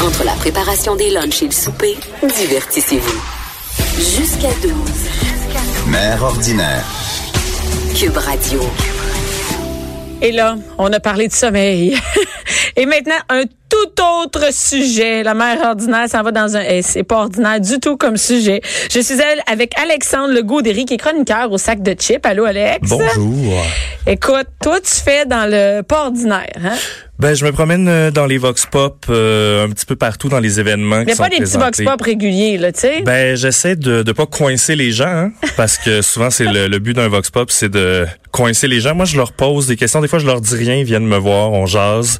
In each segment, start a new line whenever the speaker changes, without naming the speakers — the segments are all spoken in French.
Entre la préparation des lunchs et le souper, divertissez-vous. Jusqu'à 12.
Mère ordinaire.
Cube Radio.
Et là, on a parlé de sommeil. Et maintenant, un tout autre sujet. La mère ordinaire s'en va dans un... eh, C'est pas ordinaire du tout comme sujet. Je suis elle avec Alexandre Legaudéry, qui est chroniqueur au sac de chips. Allô, Alex?
Bonjour.
Écoute, toi, tu fais dans le pas ordinaire. Hein?
Ben, je me promène euh, dans les vox pop euh, un petit peu partout dans les événements.
Mais
qui
pas
sont
des petits box
présentés.
pop réguliers, là, tu sais.
Ben, j'essaie de ne pas coincer les gens, hein, parce que souvent c'est le, le but d'un vox pop, c'est de coincer les gens. Moi, je leur pose des questions. Des fois, je leur dis rien, ils viennent me voir, on jase.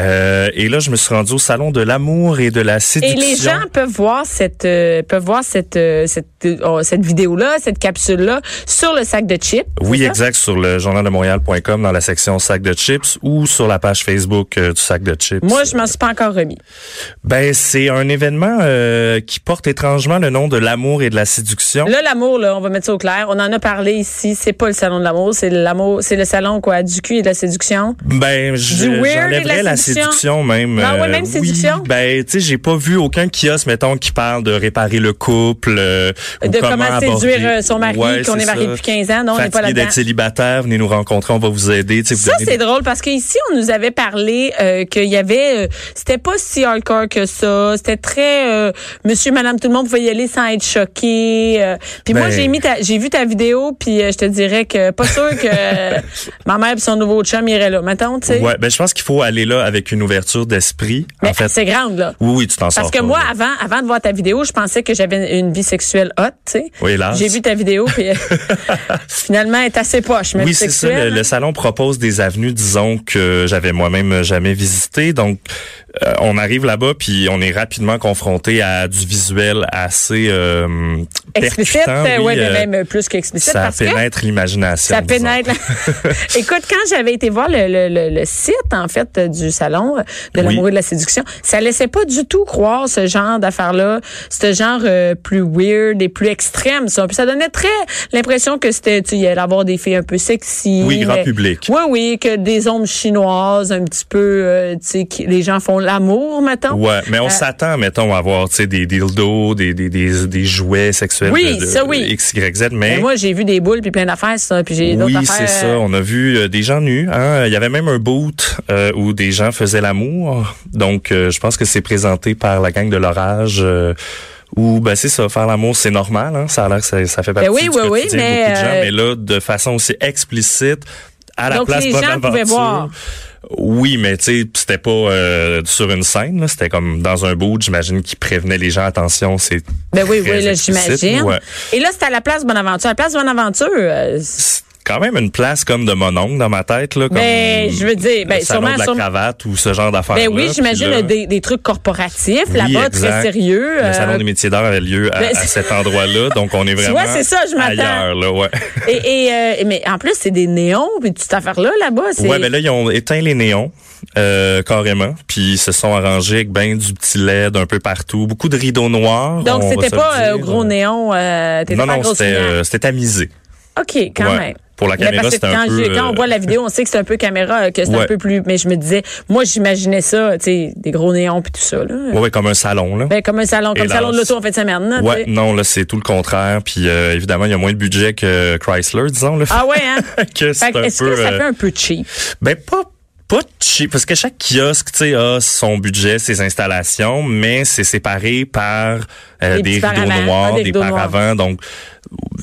Euh, et là, je me suis rendu au salon de l'amour et de la
Et
séduction.
les gens peuvent voir cette euh, peuvent voir cette euh, cette euh, oh, cette vidéo là, cette capsule là sur le sac de chips.
Oui,
c'est ça?
exact, sur le journaldemontréal.com dans la section sac de chips ou sur la page Facebook euh, du sac de chips.
Moi, je m'en suis pas encore remis.
Ben, c'est un événement euh, qui porte étrangement le nom de l'amour et de la séduction.
Là, l'amour, là, on va mettre ça au clair. On en a parlé ici. C'est pas le salon de l'amour, c'est l'amour, c'est le salon quoi du cul et de la séduction.
Ben, je-
Du weird et de la
j'enlèverais la
séduction.
séduction même.
Ah ouais,
Euh,
même
oui,
séduction?
ben, tu sais, j'ai pas vu aucun kiosque, mettons, qui parle de réparer le couple, euh, ou
De comment,
aborder-
séduire euh, son mari,
Ouais,
qu'on
c'est
est marié
ça.
depuis 15 ans. Non, on n'est pas
Fatigué
là-dedans.
d'être célibataire, venez nous rencontrer, on va vous aider. tu sais, vous
Ça,
donner
c'est
des-
drôle parce qu'ici, on nous avait parlé euh, qu'il y avait. euh, c'était pas si hardcore que ça. C'était très. euh, monsieur, madame, tout le monde pouvait y aller sans être choqué. euh. puis moi,
Ben-
j'ai mis ta- j'ai vu ta vidéo, puis euh, je te dirais que pas sûr que euh, ma mère et son nouveau chum iraient là. Mettons, tu sais.
Ouais, ben, je pense qu'il faut aller là avec une ouverture d'esprit.
Mais
en fait,
c'est grande, là.
oui, oui, tu t'en sors.
Parce que
pas,
moi,
là.
avant, avant de voir ta vidéo, je pensais que j'avais une vie sexuelle hot, tu sais.
Oui, hélas.
J'ai vu ta vidéo, puis euh, finalement, elle est assez poche, mais
Oui, c'est ça. Le,
sexuelle,
le salon propose des avenues, disons, que j'avais moi-même euh, jamais visitées. Donc, euh, on arrive là-bas, puis on est rapidement confronté à du visuel assez euh,
explicite,
percutant,
euh,
oui,
ouais,
euh,
mais même plus qu'explicite,
ça
parce que
pénètre l'imagination.
ça
disons.
pénètre. Écoute, quand j'avais été voir le, le- le- le site, en fait, euh, du salon euh, de
Oui.
l'amour et de la séduction, ça laissait pas du tout croire ce genre d'affaires-là, ce genre euh, plus weird et plus extrême. Ça, Puis ça donnait très l'impression que c'était, tu sais, il allait avoir des filles un peu sexy.
Oui, grand
mais-
public.
Oui, oui, que des ombres chinoises, un petit peu, euh, tu sais, qui- les gens font l'amour, mettons.
Ouais, mais on
Euh,
s'attend, mettons, à avoir, tu sais, des dildos, des, des, des, des jouets sexuels
Oui,
de, de
ça, oui.
X, Y, Z,
Mais
mais...
Ben, moi, j'ai vu des boules puis plein d'affaires, ça, puis j'ai d'autres
oui,
affaires.
c'est ça. On a vu euh, des gens nus. Hein. Il y avait même un boot euh, où des gens faisaient l'amour. Donc, euh, je pense que c'est présenté par la gang de l'orage. euh, où, ben c'est ça, faire l'amour, c'est normal. Hein. Ça a l'air que ça, ça fait partie
Ben oui,
du
oui, oui,
quotidien de
mais,
beaucoup de gens.
euh,
Mais là, de façon aussi explicite, à la
Donc,
place
les
Bonne
gens pouvaient
Aventure.
voir.
Oui, mais tu sais, c'était pas euh, sur une scène. là. C'était comme dans un boot, j'imagine, qui prévenait les gens. Attention, c'est
Ben oui,
très
oui, là,
explicite,
j'imagine.
ouais.
Et là, c'était à la place Bonaventure. À la place Bonaventure, euh, c'est-
C'est quand même une place comme de mon oncle dans ma tête là comme
Ben, je veux dire, ben,
le salon
sûrement,
de la
sûrement-
cravate ou ce genre d'affaires
ben oui, j'imagine euh, des, des trucs corporatifs là-bas, très sérieux.
Le
euh,
salon des métiers d'art avait lieu à,
ben,
à
c'est-
cet endroit-là, donc on est
Tu
vraiment
vois, c'est ça, je m'attends.
ailleurs là, ouais.
et, et, euh, mais en plus, c'est des néons, puis toute cette affaire-là, là-bas. c'est-
Ouais, ben là ils ont éteint les néons euh, carrément, puis ils se sont arrangés avec ben du petit LED un peu partout, beaucoup de rideaux noirs.
Donc,
on va
c'était
se
pas
le
euh, au
dire.
gros néon. Euh, t'étais
Non
pas à
non,
grosse
c'était
lumière.
euh, c'était tamisé.
OK, quand
Ouais.
même.
Pour la
Mais
caméra,
parce que
c'était un
quand
peu,
j'ai- quand on
euh,
voit la vidéo, on sait que c'est un peu caméra, euh, que c'est un
Ouais.
peu plus. Mais je me disais, moi, j'imaginais ça, tu sais, des gros néons puis tout ça, là.
euh, Ouais, ouais, comme un salon là.
Ben, comme un salon, comme le
Hélas.
salon de l'auto en fin de semaine, là, tu
Ouais,
sais.
non, là, c'est tout le contraire. Puis euh, évidemment, il y a moins de budget que Chrysler, disons. Là.
Ah ouais, hein?
que c'est
Fait que
un
Est-ce
peu,
que ça
euh,
fait un peu cheap?
Ben pas pas cheap parce que chaque kiosque tu sais a son budget, ses installations, mais c'est séparé par euh,
Des
des,
petits
rideaux
paravents,
noirs,
ah, des
des,
rideaux noirs.
paravents donc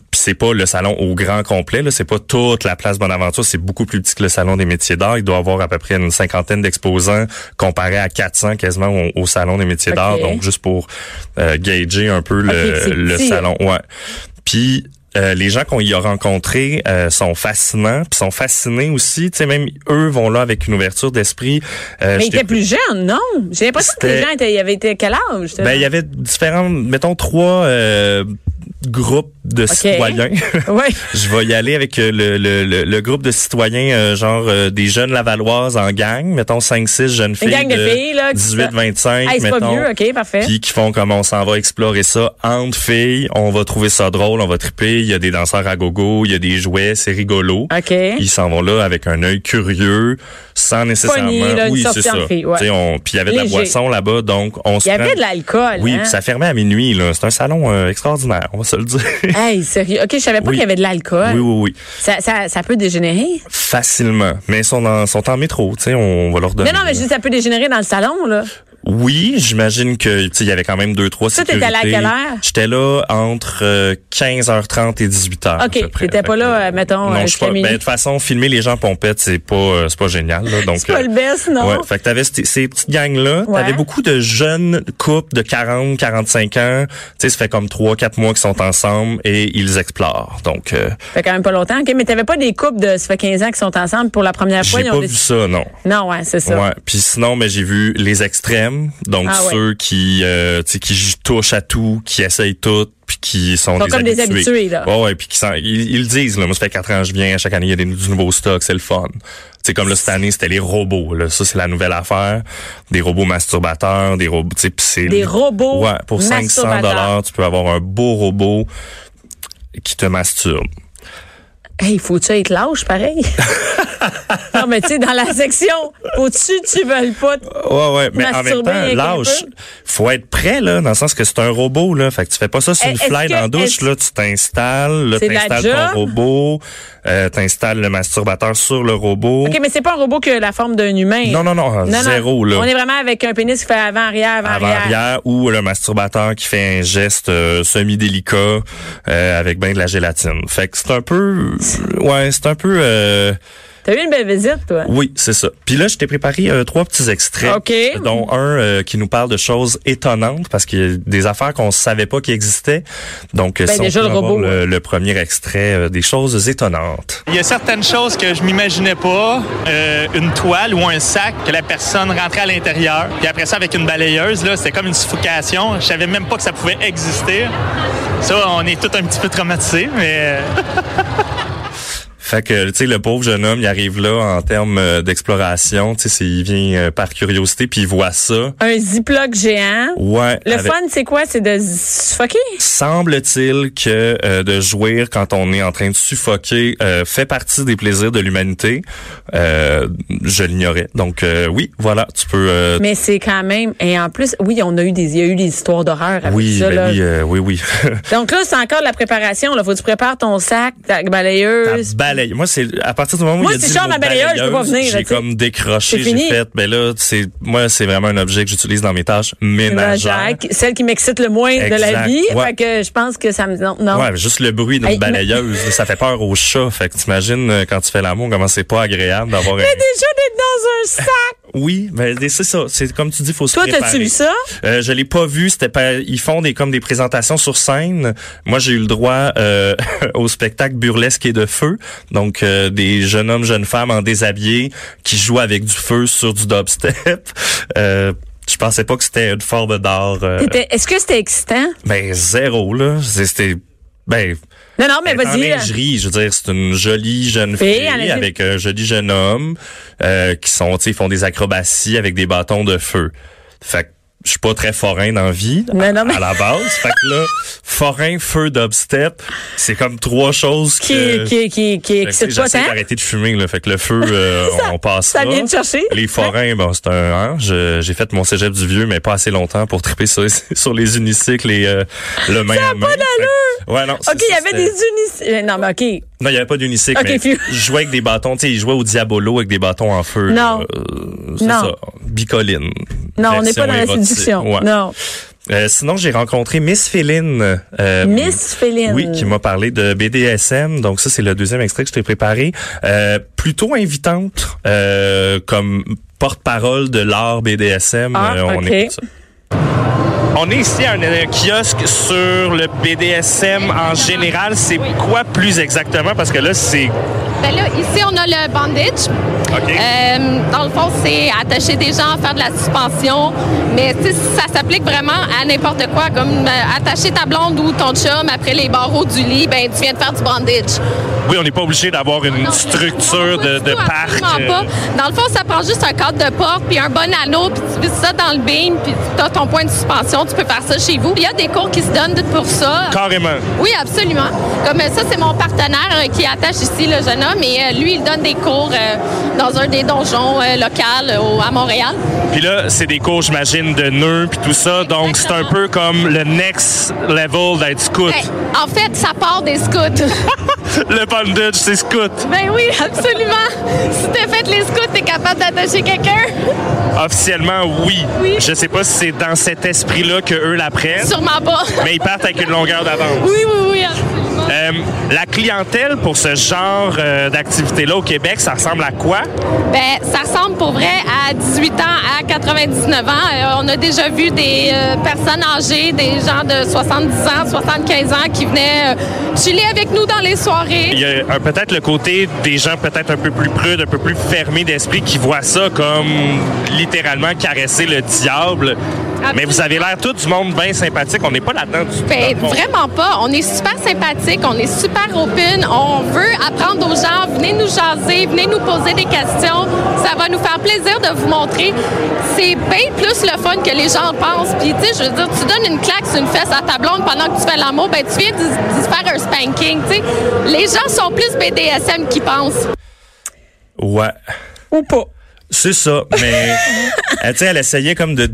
pis c'est pas le salon au grand complet là, c'est pas toute la place Bonaventure, c'est beaucoup plus petit que le salon des métiers d'art, il doit avoir à peu près une cinquantaine d'exposants comparé à 400 quasiment au, au salon des métiers
Ok.
d'art donc juste pour euh, gager un peu le,
Ok, c'est
le
petit.
salon, ouais. Puis euh, les gens qu'on y a rencontrés euh, sont fascinants, puis sont fascinés aussi. Tu sais, même eux vont là avec une ouverture d'esprit. Euh,
Mais il
j'étais-
était plus jeune, non? J'ai l'impression que les
C'était-
gens étaient, il avait été quel âge?
Ben, il y avait différents, mettons trois euh, groupes de citoyens.
Oui.
Je vais y aller avec euh, le, le, le, le groupe de citoyens, euh, genre euh, des jeunes lavalloises en gang, mettons 5-6 jeunes filles.
gang de filles, là, qui-
18-25,
Hey, c'est pas
mettons.
mieux, OK, parfait.
Puis qui font comme on s'en va explorer ça entre filles, on va trouver ça drôle, on va triper, il y a des danseurs à gogo, il y a des jouets, c'est rigolo.
OK.
Ils s'en vont là avec un œil curieux, sans nécessairement.
là, une
oui,
sortie
c'est ça.
entre filles, ouais.
Tu sais, on- Puis il y avait de la
Léger.
boisson là-bas, donc on se
Il y avait
prend-
de l'alcool,
Oui,
hein?
puis ça fermait à minuit. là. C'est un salon euh, extraordinaire, on va se le dire.
Hey, sérieux. OK, je savais pas
Oui.
qu'il y avait de l'alcool.
Oui, oui, oui.
Ça, ça, ça peut dégénérer?
Facilement. Mais ils sont, en, sont en métro, tu sais, on va leur donner.
Non, non, mais je dis, ça peut dégénérer dans le salon, là.
Oui, j'imagine que, tu sais, il y avait quand même deux, trois
Ça, t'étais
sécurités.
allé à quelle heure?
J'étais là entre euh, 15h30 et 18h.
OK, t'étais pas là, euh, mettons, euh,
Non, je suis
jusqu'à
pas. ben,
minuit.
de toute façon, filmer les gens pompettes, c'est pas, euh, c'est pas génial, là. Donc. euh,
C'est pas le best, non?
Ouais, fait que t'avais ces, ces petites gangs-là.
Ouais.
T'avais beaucoup de jeunes couples de 40, 45 ans. Tu sais, ça fait comme trois, quatre mois qu'ils sont ensemble et ils explorent. Donc, euh,
Fait quand même pas longtemps. OK, mais t'avais pas des couples de, ça fait 15 ans qui sont ensemble pour la première fois.
j'ai
ils
pas
ont
vu
décidé-
ça, non.
Non, ouais, c'est ça.
Ouais. Puis sinon, mais j'ai vu les extrêmes, donc
Ah ouais.
ceux qui, euh, tu sais, qui j- touchent à tout, qui essayent tout, puis qui sont,
Ils sont comme des habitués, là.
Ouais, ouais, puis qui s'en- ils, ils le disent là. Moi, ça fait quatre ans que je viens. à Chaque année, il y a des, du nouveau stock, c'est le fun. C'est comme là, cette année, c'était les robots. Là. Ça, c'est la nouvelle affaire. Des robots masturbateurs, des robots, tu sais, puis c'est
Des robots
Ouais, pour 500
masturbateurs.
dollars, tu peux avoir un beau robot qui te masturbe.
Hey, faut-tu être lâche, pareil? non, mais tu sais, dans la section, faut-tu, tu veux pas.
Ouais, ouais, mais en même
Masturber
temps,
avec un
lâche.
peu.
Faut être prêt, là, dans le sens que c'est un robot, là. Fait que tu fais pas ça sur une
Eh, Est-ce
fly
que-
dans la douche,
est-ce-
là. Tu t'installes, là,
C'est de la
t'installes
job?
ton robot, euh, t'installes le masturbateur sur le robot.
OK, mais c'est pas un robot qui a la forme d'un humain.
Non, non, non, zéro, là.
On est vraiment avec un pénis qui fait avant-arrière,
avant
avant-arrière.
arrière ou le masturbateur qui fait un geste euh, semi délicat euh, avec ben de la gélatine. Fait que c'est un peu ouais, c'est un peu euh,
T'as eu une belle visite, toi?
Oui, c'est ça. Puis là, je t'ai préparé euh, trois petits extraits,
OK.
dont un euh, qui nous parle de choses étonnantes, parce qu'il y a des affaires qu'on ne savait pas qui existaient. Donc, euh,
Ben,
si on
déjà,
peut
le
avoir
robot,
le, le premier extrait euh, des choses étonnantes.
Il y a certaines choses que je m'imaginais pas, Euh, une toile ou un sac que la personne rentrait à l'intérieur. Puis après ça, avec une balayeuse, là, c'était comme une suffocation. Je savais même pas que ça pouvait exister. Ça, on est tous un petit peu traumatisés, mais euh,
Fait que, tu sais, le pauvre jeune homme, il arrive là en termes euh, d'exploration. Tu sais, c'est- il vient euh, par curiosité, puis il voit ça.
Un ziploc géant.
Ouais.
Le
avec-
fun, c'est quoi? C'est de suffoquer?
Semble-t-il que euh, de jouir quand on est en train de suffoquer euh, fait partie des plaisirs de l'humanité. Euh, je l'ignorais. Donc euh, oui, voilà, tu peux. euh,
Mais c'est quand même. Et en plus, oui, on a eu des, il y a eu des histoires d'horreur avec
oui,
ça.
ben
là.
oui, euh, oui, oui,
Donc là, c'est encore de la préparation. Là, faut que tu prépares ton sac, ta
La
balayeuse.
balaye. Moi, c'est à partir du moment
Moi,
où il a
si
dit
je
le
sors
mot
ma balayeuse, je peux pas venir, là,
j'ai
tu sais.
comme décroché,
C'est
j'ai
fini.
fait. Ben là, c'est moi, c'est vraiment un objet que j'utilise dans mes tâches ménagères.
Ménagère, qui- Celle qui m'excite le moins de la
Exact.
vie.
Ouais.
Fait que je pense que ça me. Non. non.
Ouais, juste le bruit d'une
Hey, mais-
balayeuse, ça fait peur aux chats. Fait que t'imagines euh, quand tu fais l'amour comment c'est pas agréable d'avoir un.
Mais déjà d'être dans un sac.
Oui, mais c'est ça. C'est comme tu dis, faut se
Toi,
préparer.
t'as-tu vu ça?
Euh, je l'ai pas vu. C'était pas. Ils font des comme des présentations sur scène. Moi, j'ai eu le droit euh, au spectacle burlesque et de feu. Donc euh, des jeunes hommes, jeunes femmes en déshabillé qui jouent avec du feu sur du dubstep. Euh, je pensais pas que c'était une forme d'art. euh,
T'étais- Est-ce que c'était excitant?
ben zéro là. C'est- C'était ben.
Non, non, mais
Elle est
vas-y. euh,
En
là.
lingerie, je veux dire, c'est une jolie jeune
Fille,
fille
en lingerie.
avec un joli jeune homme euh, qui sont, tu sais, font des acrobaties avec des bâtons de feu. Fait que je suis pas très forain dans la vie
Non, non, mais-
à, à la base. fait que là, forain, feu, dubstep, c'est comme trois choses
Qui,
que
qui, qui, qui
Fait que, tu sais,
excite pas
J'essaie
tant?
d'arrêter de fumer, là. Fait que le feu, euh, on passe
ça vient te chercher.
Les forains, bon, c'est un... hein, je- J'ai fait mon cégep du vieux, mais pas assez longtemps pour triper sur, sur les unicycles et euh, le main à main.
pas d'allure!
Ouais, non.
OK,
c'est-
il y avait
c'était-
des unis. euh, Non, mais OK.
non, il n'y avait pas d'unicycle.
Ok,
mais
phew.
je jouais avec des bâtons. Tu sais, ils jouaient au Diabolo avec des bâtons en feu.
Non.
Euh, c'est
Non.
ça. Bicoline.
Non, on n'est
Version
pas dans la
érotique.
séduction.
Ouais.
Non.
Euh, sinon, j'ai rencontré Miss Féline. euh,
Miss Féline.
Oui, qui m'a parlé de BDSM. Donc ça, c'est le deuxième extrait que je t'ai préparé. Euh, plutôt invitante euh, comme porte-parole de l'art BDSM.
Ah,
on
ok.
écoute ça.
On est ici à un euh, kiosque sur le BDSM en général. C'est quoi plus exactement? Parce que là, c'est...
Ben là, ici, on a le bandage.
OK.
Euh, dans le fond, c'est attacher des gens, faire de la suspension. Mais tu sais, ça s'applique vraiment à n'importe quoi, comme euh, attacher ta blonde ou ton chum après les barreaux du lit, ben tu viens de faire du bandage.
Oui, on n'est pas obligé d'avoir une
Non,
structure
non,
de,
pas
de
du tout,
parc.
absolument
euh,
pas. Dans le fond, ça prend juste un cadre de porte, puis un bon anneau, puis tu vises ça dans le beam, puis tu as ton point de suspension, tu peux faire ça chez vous. Il y a des cours qui se donnent pour ça.
Carrément.
Oui, absolument. Comme euh, ça, c'est mon partenaire euh, qui attache ici le jeune homme et euh, lui, il donne des cours euh, dans un des donjons euh, locaux euh, au- à Montréal.
Puis là, c'est des cours, j'imagine, de nœuds puis tout ça. Donc, c'est un peu comme le next level d'être scout.
Ben, en fait, ça part des scouts.
Le bondage, c'est scout.
ben oui, absolument. Si t'as fait les scouts, t'es capable d'attacher quelqu'un.
Officiellement, oui.
Oui.
Je sais pas si c'est dans cet esprit-là que eux l'apprennent,
Sûrement pas.
mais ils partent avec une longueur d'avance.
Oui, oui, oui, absolument.
Hein?
Euh, la clientèle pour ce genre euh, d'activité-là au Québec, ça ressemble à quoi?
Ben, ça ressemble pour vrai à 18 ans, à 99 ans. Euh, on a déjà vu des euh, personnes âgées, des gens de 70 ans, 75 ans qui venaient euh, chiller avec nous dans les soirées.
Il y a un- peut-être le côté des gens peut-être un peu plus prudes, un peu plus fermés d'esprit qui voient ça comme littéralement caresser le diable. Mais vous avez l'air tout du monde bien sympathique. On n'est pas là-dedans du tout.
Ben,
dans le fond.
vraiment pas. On est super sympathique, on est super open, on veut apprendre aux gens. Venez nous jaser, venez nous poser des questions. Ça va nous faire plaisir de vous montrer. C'est bien plus le fun que les gens pensent. Puis, tu sais, je veux dire, tu donnes une claque sur une fesse à ta blonde pendant que tu fais l'amour, ben, tu viens de, de se faire un spanking, tu sais. Les gens sont plus BDSM qu'ils pensent.
Ouais.
Ou pas.
C'est ça, mais elle, tu sais, elle essayait comme de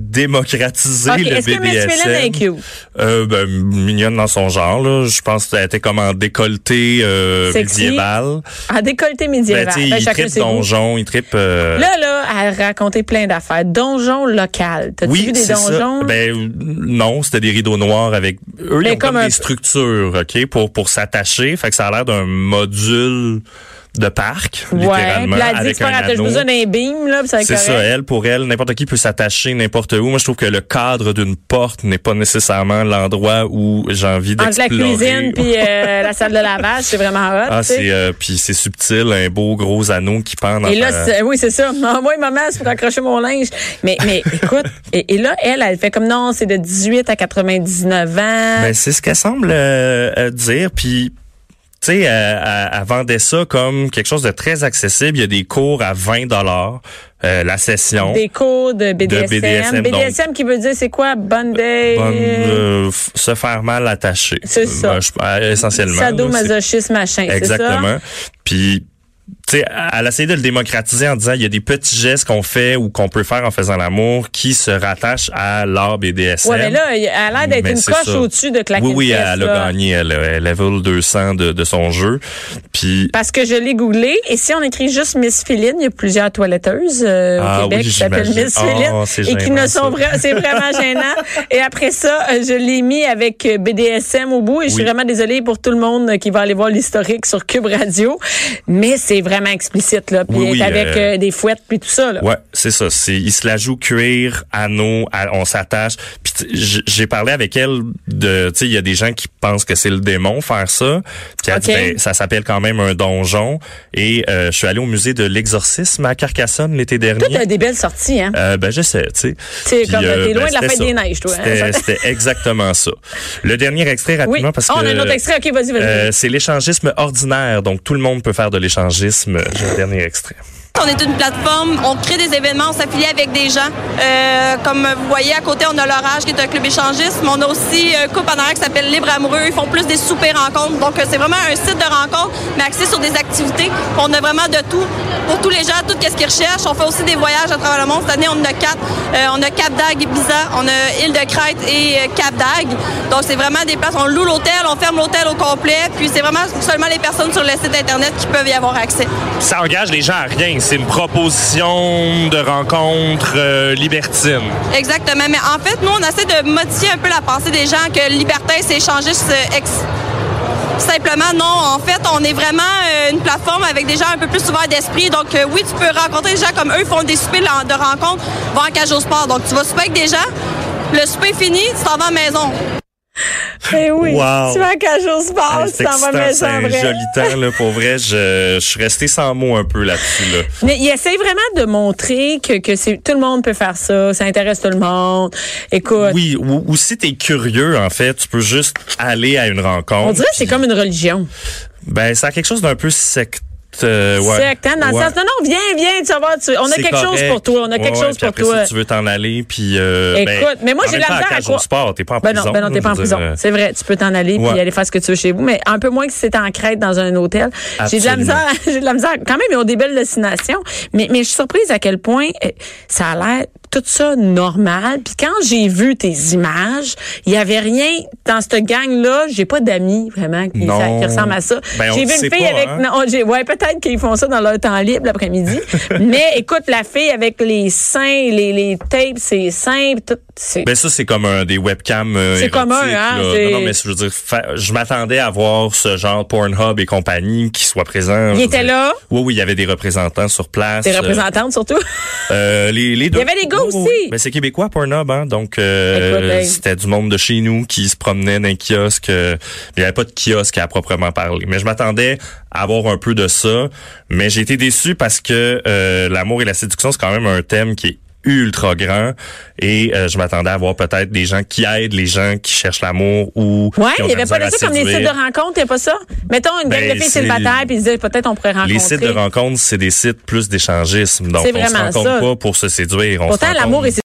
démocratiser
Ok,
le
est-ce que Miss Phelan est
BDSM.
cute?
Euh, ben, mignonne dans son genre, là. Je pense qu'elle était comme en décolleté euh,
Sexy.
médiéval.
En décolleté
Ben,
médiéval.
tu sais,
Ben,
il
chacun
tripe
ses goûts.
donjon, il tripe... euh,
Là, là, elle racontait plein d'affaires. Donjon local. T'as-tu vu des
c'est ça.
donjons?
Ben euh, non, c'était des rideaux noirs avec eux ils
Mais
ont comme
comme un-
des structures, OK, pour pour s'attacher, fait que ça a l'air d'un module de parc
ouais.
littéralement
Puis là, elle dit,
avec
c'est pas
un
grave, t'as
anneau.
besoin d'un beam, là, puis ça va être
C'est ça,
correct.
elle, pour elle, n'importe qui peut s'attacher n'importe où. Moi, je trouve que le cadre d'une porte n'est pas nécessairement l'endroit où j'ai envie
Entre la
d'explorer.
cuisine puis euh, la salle de lavage, c'est vraiment hot.
ah,
tu sais.
c'est euh, puis c'est subtil, un beau gros anneau qui pend. dans
Et là,
ta-
c'est- oui, c'est ça. Envoie maman, c'est pour accrocher mon linge. Mais, mais écoute, et, et là, elle, elle fait comme non, c'est de 18 à 99 ans.
Ben, c'est ce qu'elle semble euh, euh, dire. Puis, tu sais, elle, elle- elle vendait ça comme quelque chose de très accessible. Il y a des cours à 20 dollars euh, la session.
des cours de BDSM.
BDSM, donc.
qui veut dire c'est quoi? Bondage.
Bonne, euh, f- se faire mal attacher.
C'est ça.
Ben, je- euh, essentiellement. là,
Sadomasochisme, machin.
c'est-
c'est ça?
Exactement. Puis, tu sais, elle essaie de le démocratiser en disant il y a des petits gestes qu'on fait ou qu'on peut faire en faisant l'amour qui se rattachent à l'art BDSM.
Ouais, mais là, elle a l'air d'être
Mais
une
Ben, c'est
coche
ça.
au-dessus de claquer
Oui,
une
oui,
fesse,
elle
là.
a gagné. Elle, elle est level 200 de, de son jeu. Puis,
Parce que je l'ai googlé et si on écrit juste Miss Philine, il y a plusieurs toiletteuses euh,
Ah
au Québec
oui,
qui s'appellent
j'imagine.
Miss Philine
Oh, c'est
et qui
gênant,
ne sont
ça.
vra- c'est vraiment gênant. Et après ça, euh, je l'ai mis avec euh, BDSM au bout et je suis
Oui.
vraiment désolée pour tout le monde euh, qui va aller voir l'historique sur Cube Radio, mais c'est vraiment explicite là, puis
Oui,
elle est
oui,
avec
euh,
euh, des fouettes puis tout ça là.
Ouais, c'est ça. C'est, il se la joue cuir, anneau, à- on s'attache. Puis tu- j- j'ai parlé avec elle de, tu sais, il y a des gens qui pensent que c'est le démon faire ça. Puis elle dit,
Ok.
ben, ça s'appelle quand même un donjon. Et euh, je suis allé au musée de l'exorcisme à Carcassonne l'été
Toi, t'as
dernier.
des belles sorties hein.
Euh, ben je sais, tu sais.
C'est
Puis, euh, ben,
comme, t'es loin de la
c'était
fête
ça.
des neiges, toi, hein.
C'était, c'était exactement ça. Le dernier extrait
oui.
rapidement parce
Oh,
que
on a un autre extrait. OK, vas-y, vas-y.
euh, c'est l'échangisme ordinaire, donc tout le monde peut faire de l'échangisme. J'ai le dernier extrait.
On est une plateforme, on crée des événements, on s'affilie avec des gens. Euh, comme vous voyez, à côté, on a l'Orage qui est un club échangiste, mais on a aussi euh, un couple en arrière qui s'appelle Libre Amoureux. Ils font plus des soupers rencontres. Donc, euh, c'est vraiment un site de rencontre, mais axé sur des activités. On a vraiment de tout pour tous les gens, tout ce qu'ils recherchent. On fait aussi des voyages à travers le monde. Cette année, on en a quatre. Euh, on a Cap d'Ag, Ibiza, on a Île de Crète et euh, Cap d'Ag. Donc, c'est vraiment des places. On loue l'hôtel, on ferme l'hôtel au complet. Puis, c'est vraiment seulement les personnes sur le site Internet qui peuvent y avoir accès.
Ça engage les gens à rien. C'est une proposition de rencontre euh, libertine.
Exactement. Mais en fait, nous, on essaie de modifier un peu la pensée des gens que liberté, c'est échanger ce ex- Simplement, non. En fait, on est vraiment euh, une plateforme avec des gens un peu plus ouverts d'esprit. Donc, euh, oui, tu peux rencontrer des gens comme eux, font des soupers de de rencontres, vont en cage au sport. Donc, tu vas souper avec des gens, Le souper fini, tu t'en vas à la maison.
Eh oui,
Wow.
tu vas qu'un jour se
Hey,
passe, tu
c'est
t'en vas
excitant,
mettre
c'est
en
un
vrai.
joli temps, là, pour vrai. Je, je suis resté sans mots un peu là-dessus, là.
Mais il essaie vraiment de montrer que, que c'est, tout le monde peut faire ça, ça intéresse tout le monde. Écoute,
Oui, ou, ou si t'es curieux, en fait, tu peux juste aller à une rencontre.
on dirait que c'est
puis-
comme une religion.
Ben, ça a quelque chose d'un peu secte. euh, ouais.
Secte, hein, dans
Ouais.
le sens, non, non, viens, viens, tu vas voir, tu- on a
C'est
quelque chose
correct.
pour toi, on a quelque
Ouais, ouais,
chose
puis
pour
après
toi.
ça, tu veux t'en aller, puis. euh, ben,
Écoute, mais moi,
en
j'ai la
même temps,
misère à
cage au
croire-
sport, t'es pas en
Ben
prison.
non, ben non, t'es pas en
je veux
prison.
dire, euh,
C'est vrai, tu peux t'en aller puis
Ouais.
aller faire ce que tu veux chez vous, mais un peu moins que si c'était en Crète dans un hôtel. J'ai de la
Absolument.
misère, j'ai de la misère. Quand même, ils ont des belles destinations, mais, mais je suis surprise à quel point euh, ça a l'air tout ça normal. Puis quand j'ai vu tes images, il y avait rien dans cette gang-là. J'ai pas d'amis vraiment qui,
Non.
ça- qui ressemblent à ça.
Ben, on
j'ai
le
vu une
sait
fille
pas,
avec,
hein.
non, Ah, j'ai- ouais, peut-être qu'ils font ça dans leur temps libre l'après-midi. mais écoute, la fille avec les seins, les, les tapes, ses seins, puis tout, c'est
Ben ça c'est comme un des webcams euh,
C'est
érotiques,
commun, hein,
là.
c'est-
Non, non mais je veux dire fa- je m'attendais à voir ce genre Pornhub et compagnie qui soient présents. Je veux
était
dire-
là?
Oui oui, il y avait des représentants sur place.
T'es
euh,
représentante surtout.
euh, les, les deux.
avait les gars
Oui, oui,
aussi. ben?
oui. Ben, c'est québécois Pornhub hein. Donc euh,
Écoute, hey.
c'était du monde de chez nous qui se promenait d'un kiosque, euh, il y avait pas de kiosque à proprement parler. Mais je m'attendais à avoir un peu de ça, mais j'ai été déçu parce que euh, l'amour et la séduction c'est quand même un thème qui est ultra grand et euh, je m'attendais à voir peut-être des gens qui aident les gens qui cherchent l'amour ou
Ouais,
qui
il
ont
n'y
de la
avait pas
misère
de
à
ça comme les
séduire.
sites de rencontre, il pas ça? Mettons une
Ben,
gang de filles
c'est-
célibataires, puis ils se disent peut-être on pourrait rencontrer.
Les sites de rencontre, c'est des sites plus d'échangisme. Donc,
C'est
on se
vraiment
rencontre
ça.
pas pour se séduire. On se
Pourtant, l'amour
rencontre-
et